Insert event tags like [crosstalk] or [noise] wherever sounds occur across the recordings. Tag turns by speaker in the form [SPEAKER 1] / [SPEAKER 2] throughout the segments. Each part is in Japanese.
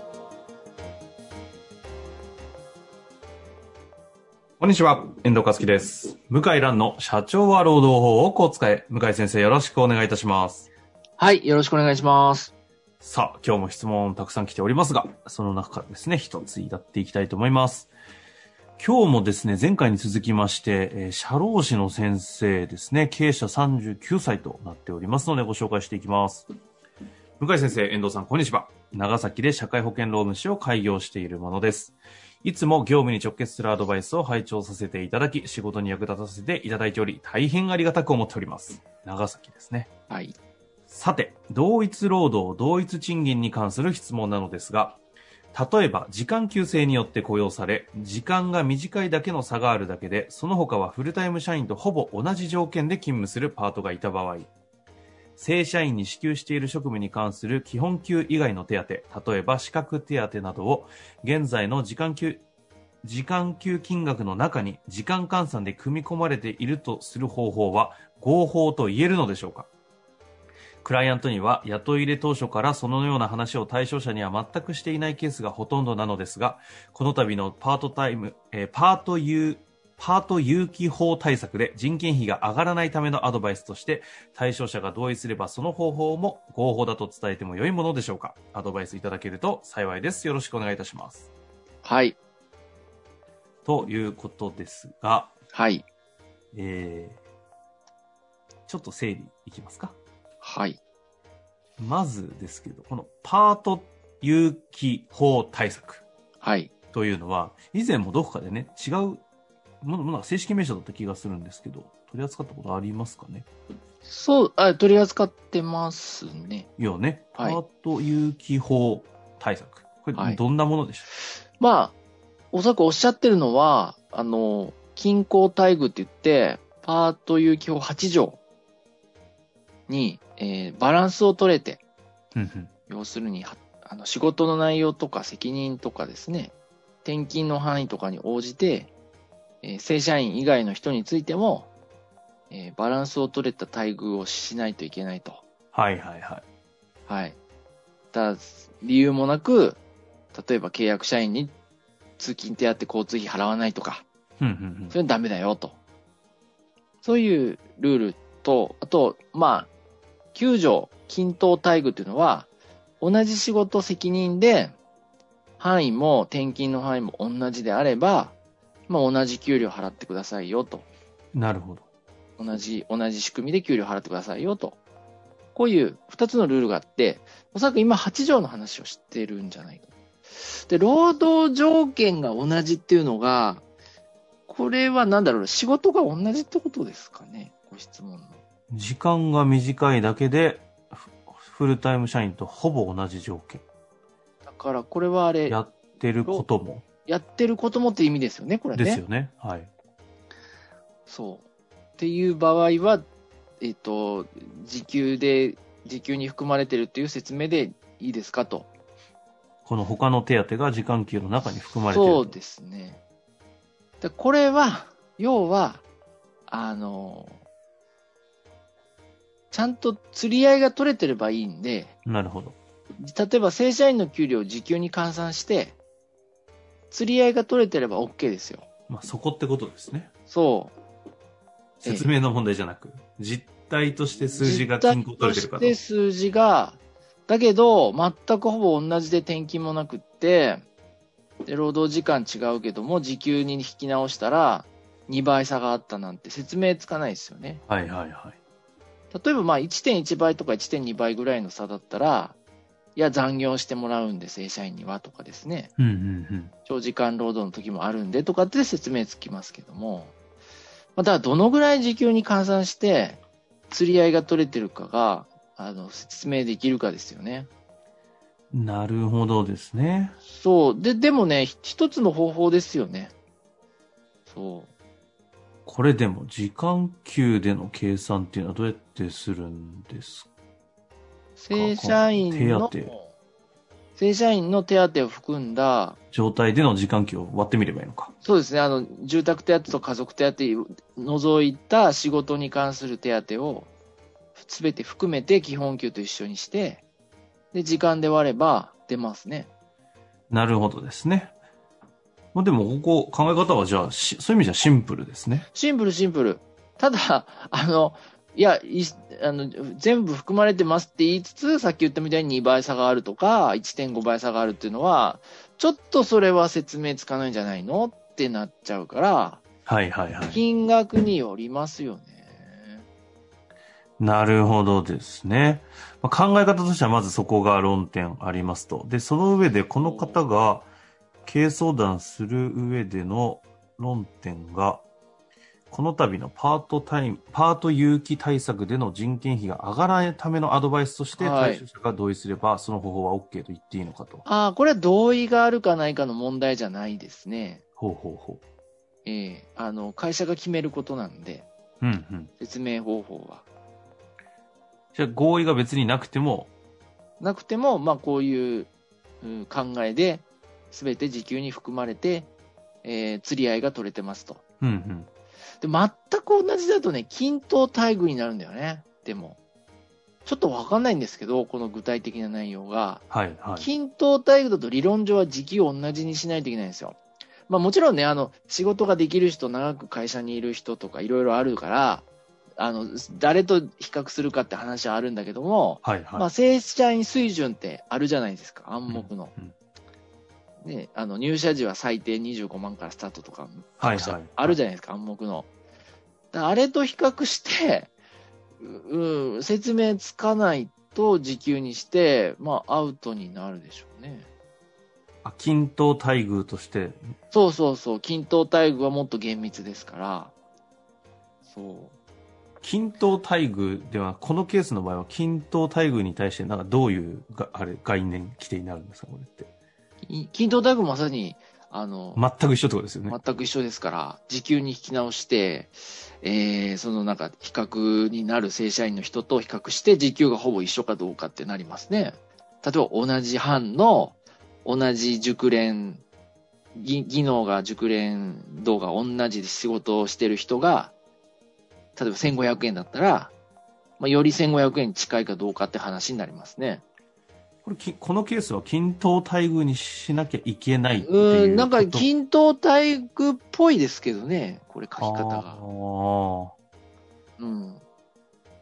[SPEAKER 1] こんにちは、遠藤和樹です。向井蘭の社長は労働法をこう使え。向井先生よろしくお願いいたします。
[SPEAKER 2] はい、よろしくお願いします。
[SPEAKER 1] さあ、今日も質問たくさん来ておりますが、その中からですね、一つやっていきたいと思います。今日もですね、前回に続きまして、えー社労士の先生ですね、経営者39歳となっておりますのでご紹介していきます。向井先生、遠藤さん、こんにちは。長崎で社会保険労務士を開業しているものです。いつも業務に直結するアドバイスを拝聴させていただき、仕事に役立たせていただいており、大変ありがたく思っております。長崎ですね。
[SPEAKER 2] はい。
[SPEAKER 1] さて、同一労働同一賃金に関する質問なのですが、例えば時間給制によって雇用され、時間が短いだけの差があるだけで、その他はフルタイム社員とほぼ同じ条件で勤務するパートがいた場合、正社員に支給している職務に関する基本給以外の手当、例えば資格手当などを現在の時間給、時間給金額の中に時間換算で組み込まれているとする方法は合法と言えるのでしょうかクライアントには雇い入れ当初からそのような話を対象者には全くしていないケースがほとんどなのですが、この度のパートタイム、えーパート有、パート有機法対策で人件費が上がらないためのアドバイスとして、対象者が同意すればその方法も合法だと伝えても良いものでしょうかアドバイスいただけると幸いです。よろしくお願いいたします。
[SPEAKER 2] はい。
[SPEAKER 1] ということですが、
[SPEAKER 2] はい。
[SPEAKER 1] えー、ちょっと整理いきますか。
[SPEAKER 2] はい。
[SPEAKER 1] まずですけど、このパート有機法対策
[SPEAKER 2] はい。
[SPEAKER 1] というのは、以前もどこかでね、違うもの、ものが正式名称だった気がするんですけど、取り扱ったことありますかね
[SPEAKER 2] そう、あ取り扱ってますね。
[SPEAKER 1] いやね、パ
[SPEAKER 2] はい
[SPEAKER 1] ート有機法対策。こ
[SPEAKER 2] は
[SPEAKER 1] れ、
[SPEAKER 2] い
[SPEAKER 1] どんなものでしょ
[SPEAKER 2] まあ、おそらくおっしゃってるのは、あの、均衡待遇って言って、パート有機法8条に、えーバランスを取れて、
[SPEAKER 1] う、うんうん
[SPEAKER 2] 要するに、はあの仕事の内容とか責任とかですね、転勤の範囲とかに応じて、えー正社員以外の人についても、えーバランスを取れた待遇をしないといけないと。
[SPEAKER 1] はいはいはい。
[SPEAKER 2] はい。ただ、理由もなく、例えば契約社員に通勤手当交通費払わないとか、
[SPEAKER 1] うんうん
[SPEAKER 2] それはダメだよと。そういうルールと、あと、まあ、9条均等待遇というのは、同じ仕事責任で、範囲も転勤の範囲も同じであれば、まあ同じ給料払ってくださいよと。
[SPEAKER 1] うん。なるほど。
[SPEAKER 2] 同じ、同じ仕組みで給料払ってくださいよと。こういう二つのルールがあって、おそらく今8条の話をしてるんじゃないか。で、労働条件が同じっていうのが、これはなんだろう、仕事が同じってことですかね、ご質問の。
[SPEAKER 1] 時間が短いだけで、フフルタイム社員とほぼ同じ条件。
[SPEAKER 2] だからこれはあれ、
[SPEAKER 1] や
[SPEAKER 2] や
[SPEAKER 1] ってることも。
[SPEAKER 2] ってることもって意味ですよね、これね。
[SPEAKER 1] ですよね。はい。
[SPEAKER 2] そう。っていう場合は、えっ、と、時給で、時給に含まれてるっていう説明でいいですかと。
[SPEAKER 1] この他の手当が時間給の中に含まれている。
[SPEAKER 2] そうですね。でこれは、要は、あの、ちゃんと釣り合いが取れてればいいんで、
[SPEAKER 1] なるほど。
[SPEAKER 2] 例えば正社員の給料を時給に換算して、釣り合いが取れてれば OK ですよ。
[SPEAKER 1] まあ、そこってことですね。
[SPEAKER 2] そう。ええ
[SPEAKER 1] 説明の問題じゃなく、実態として数字が均衡取れてるかと
[SPEAKER 2] 実態として数字が、だけど、全くほぼ同じで転勤もなくって、で、労働時間違うけども、時給に引き直したら、2倍差があったなんて説明つかないですよね。
[SPEAKER 1] はいはいはい。
[SPEAKER 2] 例えばまあ1.1倍とか1.2倍ぐらいの差だったら、いや残業してもらうんで正社員にはとかですね、
[SPEAKER 1] うんうん
[SPEAKER 2] 長時間労働の時もあるんでとかって説明つきますけども、まあ、だからどのぐらい時給に換算して釣り合いが取れてるかが、あの、説明できるかですよね。
[SPEAKER 1] なるほどですね。
[SPEAKER 2] そう。で、でもね、ひ一つの方法ですよね。そ
[SPEAKER 1] これでも時間給での計算っていうのはどうやってするんですか
[SPEAKER 2] う。正社員の
[SPEAKER 1] 手当、
[SPEAKER 2] 正社員の手当を含んだ、
[SPEAKER 1] 状態での時間給を割ってみればいいのか。
[SPEAKER 2] そうですね、あの、住宅手当と家族手当を除いた仕事に関する手当を、すべて含めて基本給と一緒にして、で、時間で割れば出ますね。
[SPEAKER 1] なるほどですね。まあ、でも、ここ、考え方はじゃあ、しそういう意味じゃシンプルですね。
[SPEAKER 2] シンプルシンプル。ただ、 [laughs] あの、いや、いあの全部含まれてますって言いつつ、さっき言ったみたいに2倍差があるとか、1.5倍差があるっていうのは、ちょっとそれは説明つかないんじゃないのってなっちゃうから、
[SPEAKER 1] はいはいはい。
[SPEAKER 2] 金額によりますよね。
[SPEAKER 1] なるほどですね。まあ、考え方としてはまずそこが論点ありますと。で、その上でこの方が経営相談する上での論点が、この度のパートタイム、パート有機対策での人件費が上がらないためのアドバイスとして
[SPEAKER 2] はい
[SPEAKER 1] 対象者が同意すれば、その方法は OK と言っていいのかと。
[SPEAKER 2] ああ、これは同意があるかないかの問題じゃないですね。
[SPEAKER 1] ほうほうほ
[SPEAKER 2] ええあの、会社が決めることなんで、
[SPEAKER 1] う。うんうん。
[SPEAKER 2] 説明方法は。
[SPEAKER 1] じゃあ合意が別になくても、
[SPEAKER 2] なくても、まあ、こういううん考えで、すべて時給に含まれて、えー釣り合いが取れてますと。
[SPEAKER 1] うんうん。
[SPEAKER 2] で、全く同じだとね、均等待遇になるんだよね。でも、ちょっとわかんないんですけど、この具体的な内容が。
[SPEAKER 1] はいはい。
[SPEAKER 2] 均等待遇だと理論上は時給を同じにしないといけないんですよ。まあもちろんね、あの、仕事ができる人、長く会社にいる人とかいろいろあるから、あの、誰と比較するかって話はあるんだけども、
[SPEAKER 1] はいはい。
[SPEAKER 2] まあ、正社員水準ってあるじゃないですか、暗黙の。
[SPEAKER 1] うんうん
[SPEAKER 2] ね、あの入社時は最低25万からスタートとか、
[SPEAKER 1] はいはい
[SPEAKER 2] あるじゃないですか、暗黙の。だあれと比較して、ううん、説明つかないと時給にして、まあ、アウトになるでしょうね。
[SPEAKER 1] あ均等待遇として、
[SPEAKER 2] そうそうそう、均等待遇はもっと厳密ですから、そう。
[SPEAKER 1] 均等待遇では、このケースの場合は均等待遇に対して、なんかどういうが、あれ、概念、規定になるんですか、これって。
[SPEAKER 2] い均等待遇まさに、あの、
[SPEAKER 1] 全く一緒ってことですよね。
[SPEAKER 2] 全く一緒ですから、時給に引き直して、えーそのなんか比較になる正社員の人と比較して、時給がほぼ一緒かどうかってなりますね。例えば同じ班の、同じ熟練、技技能が熟練度が同じ仕事をしてる人が、例えば1500円だったら、まあ、より1500円に近いかどうかって話になりますね。
[SPEAKER 1] これ、きこのケースは均等待遇にしなきゃいけないっていう
[SPEAKER 2] う
[SPEAKER 1] こと。
[SPEAKER 2] ーん、なんか均等待遇っぽいですけどね、これ書き方
[SPEAKER 1] あ
[SPEAKER 2] が。
[SPEAKER 1] ー
[SPEAKER 2] うん。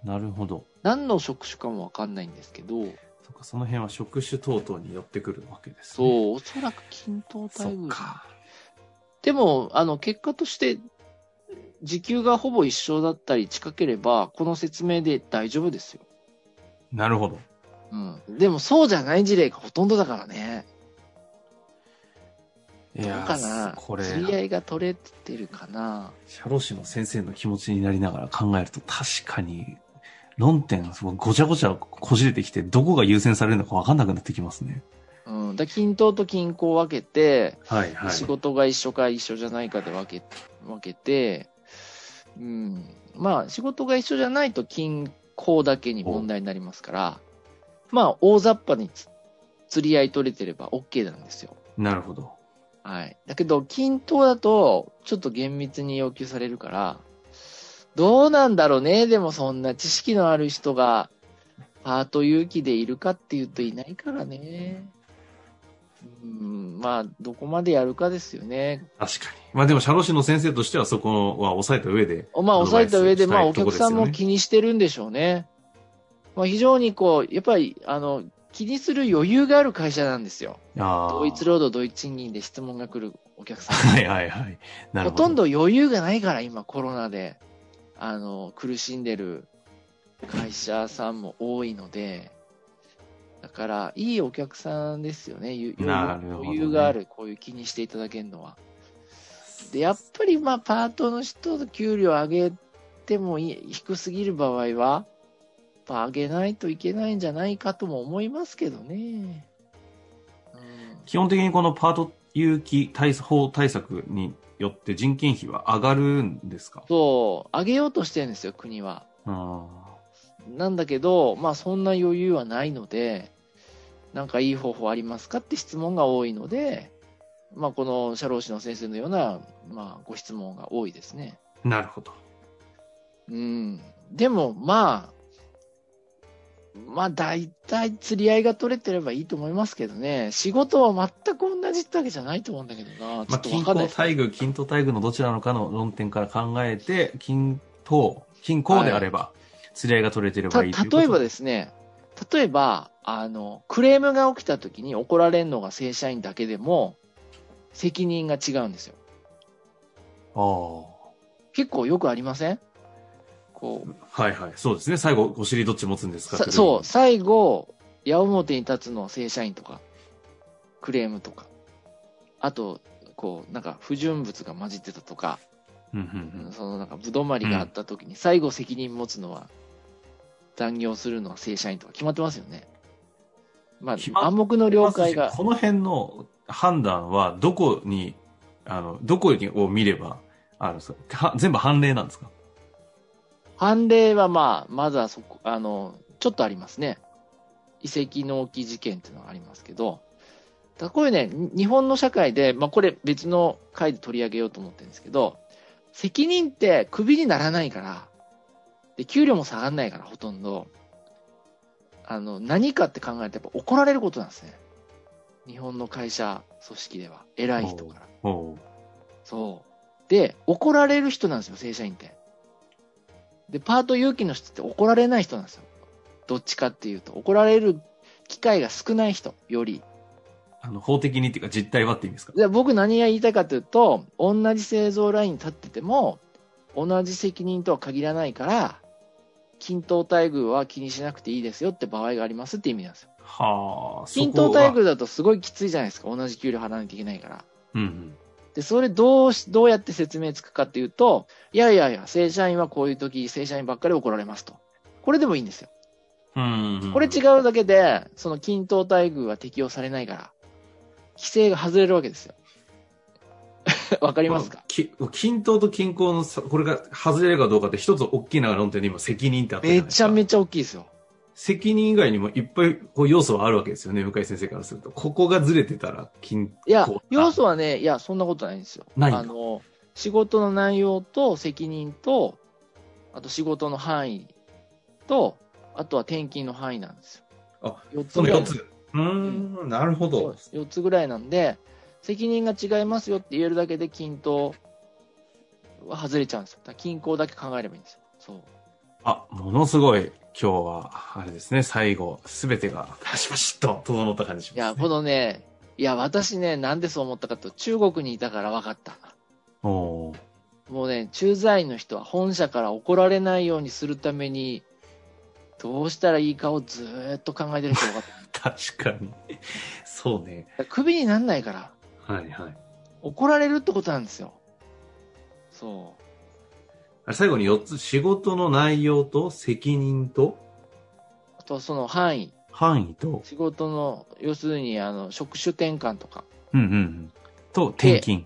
[SPEAKER 1] なるほど。
[SPEAKER 2] 何の職種かもわかんないんですけど、
[SPEAKER 1] そっか、その辺は職種等々によってくるわけです、
[SPEAKER 2] そう
[SPEAKER 1] ね。、
[SPEAKER 2] おそらく均等待
[SPEAKER 1] そっ
[SPEAKER 2] 遇。
[SPEAKER 1] か。
[SPEAKER 2] でも、あの、結果として、時給がほぼ一緒だったり近ければ、この説明で大丈夫ですよ。
[SPEAKER 1] なるほど。
[SPEAKER 2] うん。でも、そうじゃない事例がほとんどだからね。
[SPEAKER 1] い
[SPEAKER 2] どう
[SPEAKER 1] や
[SPEAKER 2] かな
[SPEAKER 1] ーこれ、
[SPEAKER 2] 釣り合いが取れてるかな。
[SPEAKER 1] 社労士の先生の気持ちになりながら考えると確かに論点すごいごちゃごちゃこじれてきてどこが優先されるのか分かんなくなってきますね。
[SPEAKER 2] うん。だから均等と均衡を分けて、
[SPEAKER 1] はいは
[SPEAKER 2] 仕事が一緒か一緒じゃないかで分け分けて、うん、まあ仕事が一緒じゃないと均衡だけに問題になりますから、まあ大雑把につ釣り合い取れてれば OK なんですよ。
[SPEAKER 1] なるほど。
[SPEAKER 2] はい。だけど均等だとちょっと厳密に要求されるから、どうなんだろうね。でもそんな知識のある人がパート勇気でいるかっていうといないからね。うん、まあ、どこまでやるかですよね。
[SPEAKER 1] 確かに。まあでも社労士の先生としてはそこは抑えた上で。
[SPEAKER 2] まあ、抑えた上で、まあ、お客さんも
[SPEAKER 1] き
[SPEAKER 2] 気にしてるんでしょうね。まあ、非常にこう、やっぱり、あの、気にする余裕がある会社なんですよ。同一労働、同一賃金で質問が来るお客さん。
[SPEAKER 1] はいはいはい。なる
[SPEAKER 2] ほ
[SPEAKER 1] ほど。
[SPEAKER 2] とんど余裕がないから、今、コロナで、あの、苦しんでる会社さんも多いので、だから、いいお客さんですよね。ゆ余裕
[SPEAKER 1] なるほどね
[SPEAKER 2] 余裕がある、こういう気にしていただけるのは。で、やっぱり、まあ、パートの人と給料上げてもいい低すぎる場合は、やっぱ上げないといけないんじゃないかとも思いますけどね。
[SPEAKER 1] 基本的にこのパート有期対法対策によって人件費は上がるんですか
[SPEAKER 2] そう、上げようとしてるんですよ、国は。
[SPEAKER 1] あ
[SPEAKER 2] なんだけど、まあそんな余裕はないので、なんかいい方法ありますかって質問が多いので、まあこの社労士の先生のような、まあご質問が多いですね。
[SPEAKER 1] ーなるほど。
[SPEAKER 2] うん。でもまあ、まあ大体釣り合いが取れてればいいと思いますけどね、仕事は全く同じってわけじゃないと思うんだけどな、ちょ
[SPEAKER 1] まあ、
[SPEAKER 2] っと
[SPEAKER 1] 均
[SPEAKER 2] わ
[SPEAKER 1] 等
[SPEAKER 2] かんないです。
[SPEAKER 1] 待遇、均等待遇のどちらのかの論点から考えて、均等、均衡であれば、釣り合いが取れてればいい。
[SPEAKER 2] た例えばですすね、例えば、あの、クレームが起きた時に怒られるのが正社員だけでも、責任が違うんですよ。
[SPEAKER 1] ああ。
[SPEAKER 2] 結構よくありませんこう、
[SPEAKER 1] はいはい。そうですね。最後、お尻どっち持つんですか
[SPEAKER 2] さそう、最後、矢面に立つのは正社員とか、クレームとか、あと、こう、なんか不純物が混じってたとか、
[SPEAKER 1] う。うんうん
[SPEAKER 2] そのなんかぶどまりがあった時に最後責任持つのは、残業するのは正社員とか決まってますよね。ま
[SPEAKER 1] 決
[SPEAKER 2] あ、
[SPEAKER 1] まっ
[SPEAKER 2] 暗黙の
[SPEAKER 1] うん。
[SPEAKER 2] 了解が。
[SPEAKER 1] この辺の判断は、どこに、あの、どこを見れば、あるんですかは全部判例なんですか
[SPEAKER 2] 判例はまあ、まずはそこ、あの、ちょっとありますね。遺跡納期事件っていうのがありますけど、だからこういうね、に日本の社会で、まあこれ別の回で取り上げようと思ってるんですけど、責任ってクビにならないから、で、給料も下がんないからほとんど、あの、何かって考えるとやっぱ怒られることなんですね。日本の会社組織では、偉い人から。
[SPEAKER 1] おう
[SPEAKER 2] そう。で、怒られる人なんですよ、正社員って。で、パート有期の人って怒られない人なんですよ。どっちかっていうと、怒られる機会が少ない人より。
[SPEAKER 1] あの、法的にっていうか実態はって意味ですか
[SPEAKER 2] で僕何が言いたいかというと、同じ製造ラインに立ってても、同じ責任とは限らないから、均等待遇は気にしなくていいですよって場合がありますって意味なんですよ。
[SPEAKER 1] はあ、そこ
[SPEAKER 2] 均
[SPEAKER 1] は
[SPEAKER 2] 等待遇だとすごいきついじゃないですか。同じ給料払わないといけないから。
[SPEAKER 1] うんうん。
[SPEAKER 2] で、それどうし、どうやって説明つくかっていうと、いやいやいや、正社員はこういう時、正社員ばっかり怒られますと。これでもいいんですよ。
[SPEAKER 1] うんうん。
[SPEAKER 2] これ違うだけで、その均等待遇は適用されないから、規制が外れるわけですよ。 [laughs] わかりますか
[SPEAKER 1] き均等と均衡の差これが外れるかどうかって一つ大きな論点で今責任ってあったじゃない
[SPEAKER 2] め
[SPEAKER 1] で
[SPEAKER 2] ち
[SPEAKER 1] すか
[SPEAKER 2] ゃめちゃ大きいですよ。
[SPEAKER 1] 責任以外にもいっぱいこう要素はあるわけですよね向井先生からするとここがずれてたら均
[SPEAKER 2] いや
[SPEAKER 1] こ、う
[SPEAKER 2] 要素はね、いや、そんなことないんですよ。
[SPEAKER 1] ないんだ
[SPEAKER 2] あの、仕事の内容と責任と、あと仕事の範囲と、あとは転勤の範囲なんですよ。
[SPEAKER 1] あ
[SPEAKER 2] 四つ
[SPEAKER 1] その
[SPEAKER 2] ぐらい
[SPEAKER 1] 4つうーんなるほ
[SPEAKER 2] そう
[SPEAKER 1] ど
[SPEAKER 2] です4つぐらいなんで、責任が違いますよって言えるだけで均等は外れちゃうんですよ。だから均衡だけ考えればいいんですよ。そう。
[SPEAKER 1] あものすごい今日はあれですね最後すべてがパシパシッと整った感じしま
[SPEAKER 2] いや、
[SPEAKER 1] す、ね、
[SPEAKER 2] このね、いや、私ね、なんでそう思ったかと、中国にいたから分かった。
[SPEAKER 1] おー
[SPEAKER 2] もうね、駐在員の人は本社から怒られないようにするために、どうしたらいいかをずーっと考えてる人が分かっ
[SPEAKER 1] 確かにそうね
[SPEAKER 2] た。 [laughs] クビになんないから、
[SPEAKER 1] はいはい
[SPEAKER 2] 怒られるってことなんですよ。そう。
[SPEAKER 1] あれ最後に4つ仕事の内容と責任と
[SPEAKER 2] あと、その範囲。
[SPEAKER 1] 範囲と
[SPEAKER 2] 仕事の、要するに、あの、職種転換とか、
[SPEAKER 1] うんうんうんと転勤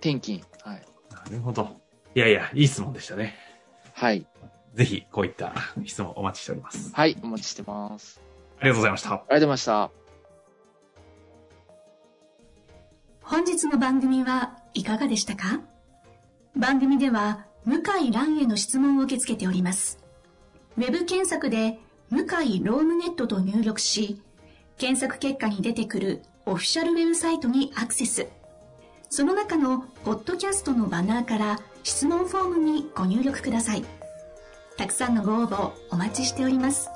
[SPEAKER 2] 転勤。はい。
[SPEAKER 1] なるほど。いやいや、いい質問でしたね。
[SPEAKER 2] はい。
[SPEAKER 1] ぜひ、こういった質問お待ちしております。
[SPEAKER 2] はい。お待ちしてます。
[SPEAKER 1] ありがとうございました。
[SPEAKER 2] ありがとうございました。
[SPEAKER 3] 本日の番組はいかがでしたか番組では向井蘭への質問を受け付けております。ウェブ検索で向井ロームネットと入力し、検索結果に出てくるオフィシャルウェブサイトにアクセス。その中のポッドキャストのバナーから質問フォームにご入力ください。たくさんのご応募お待ちしております。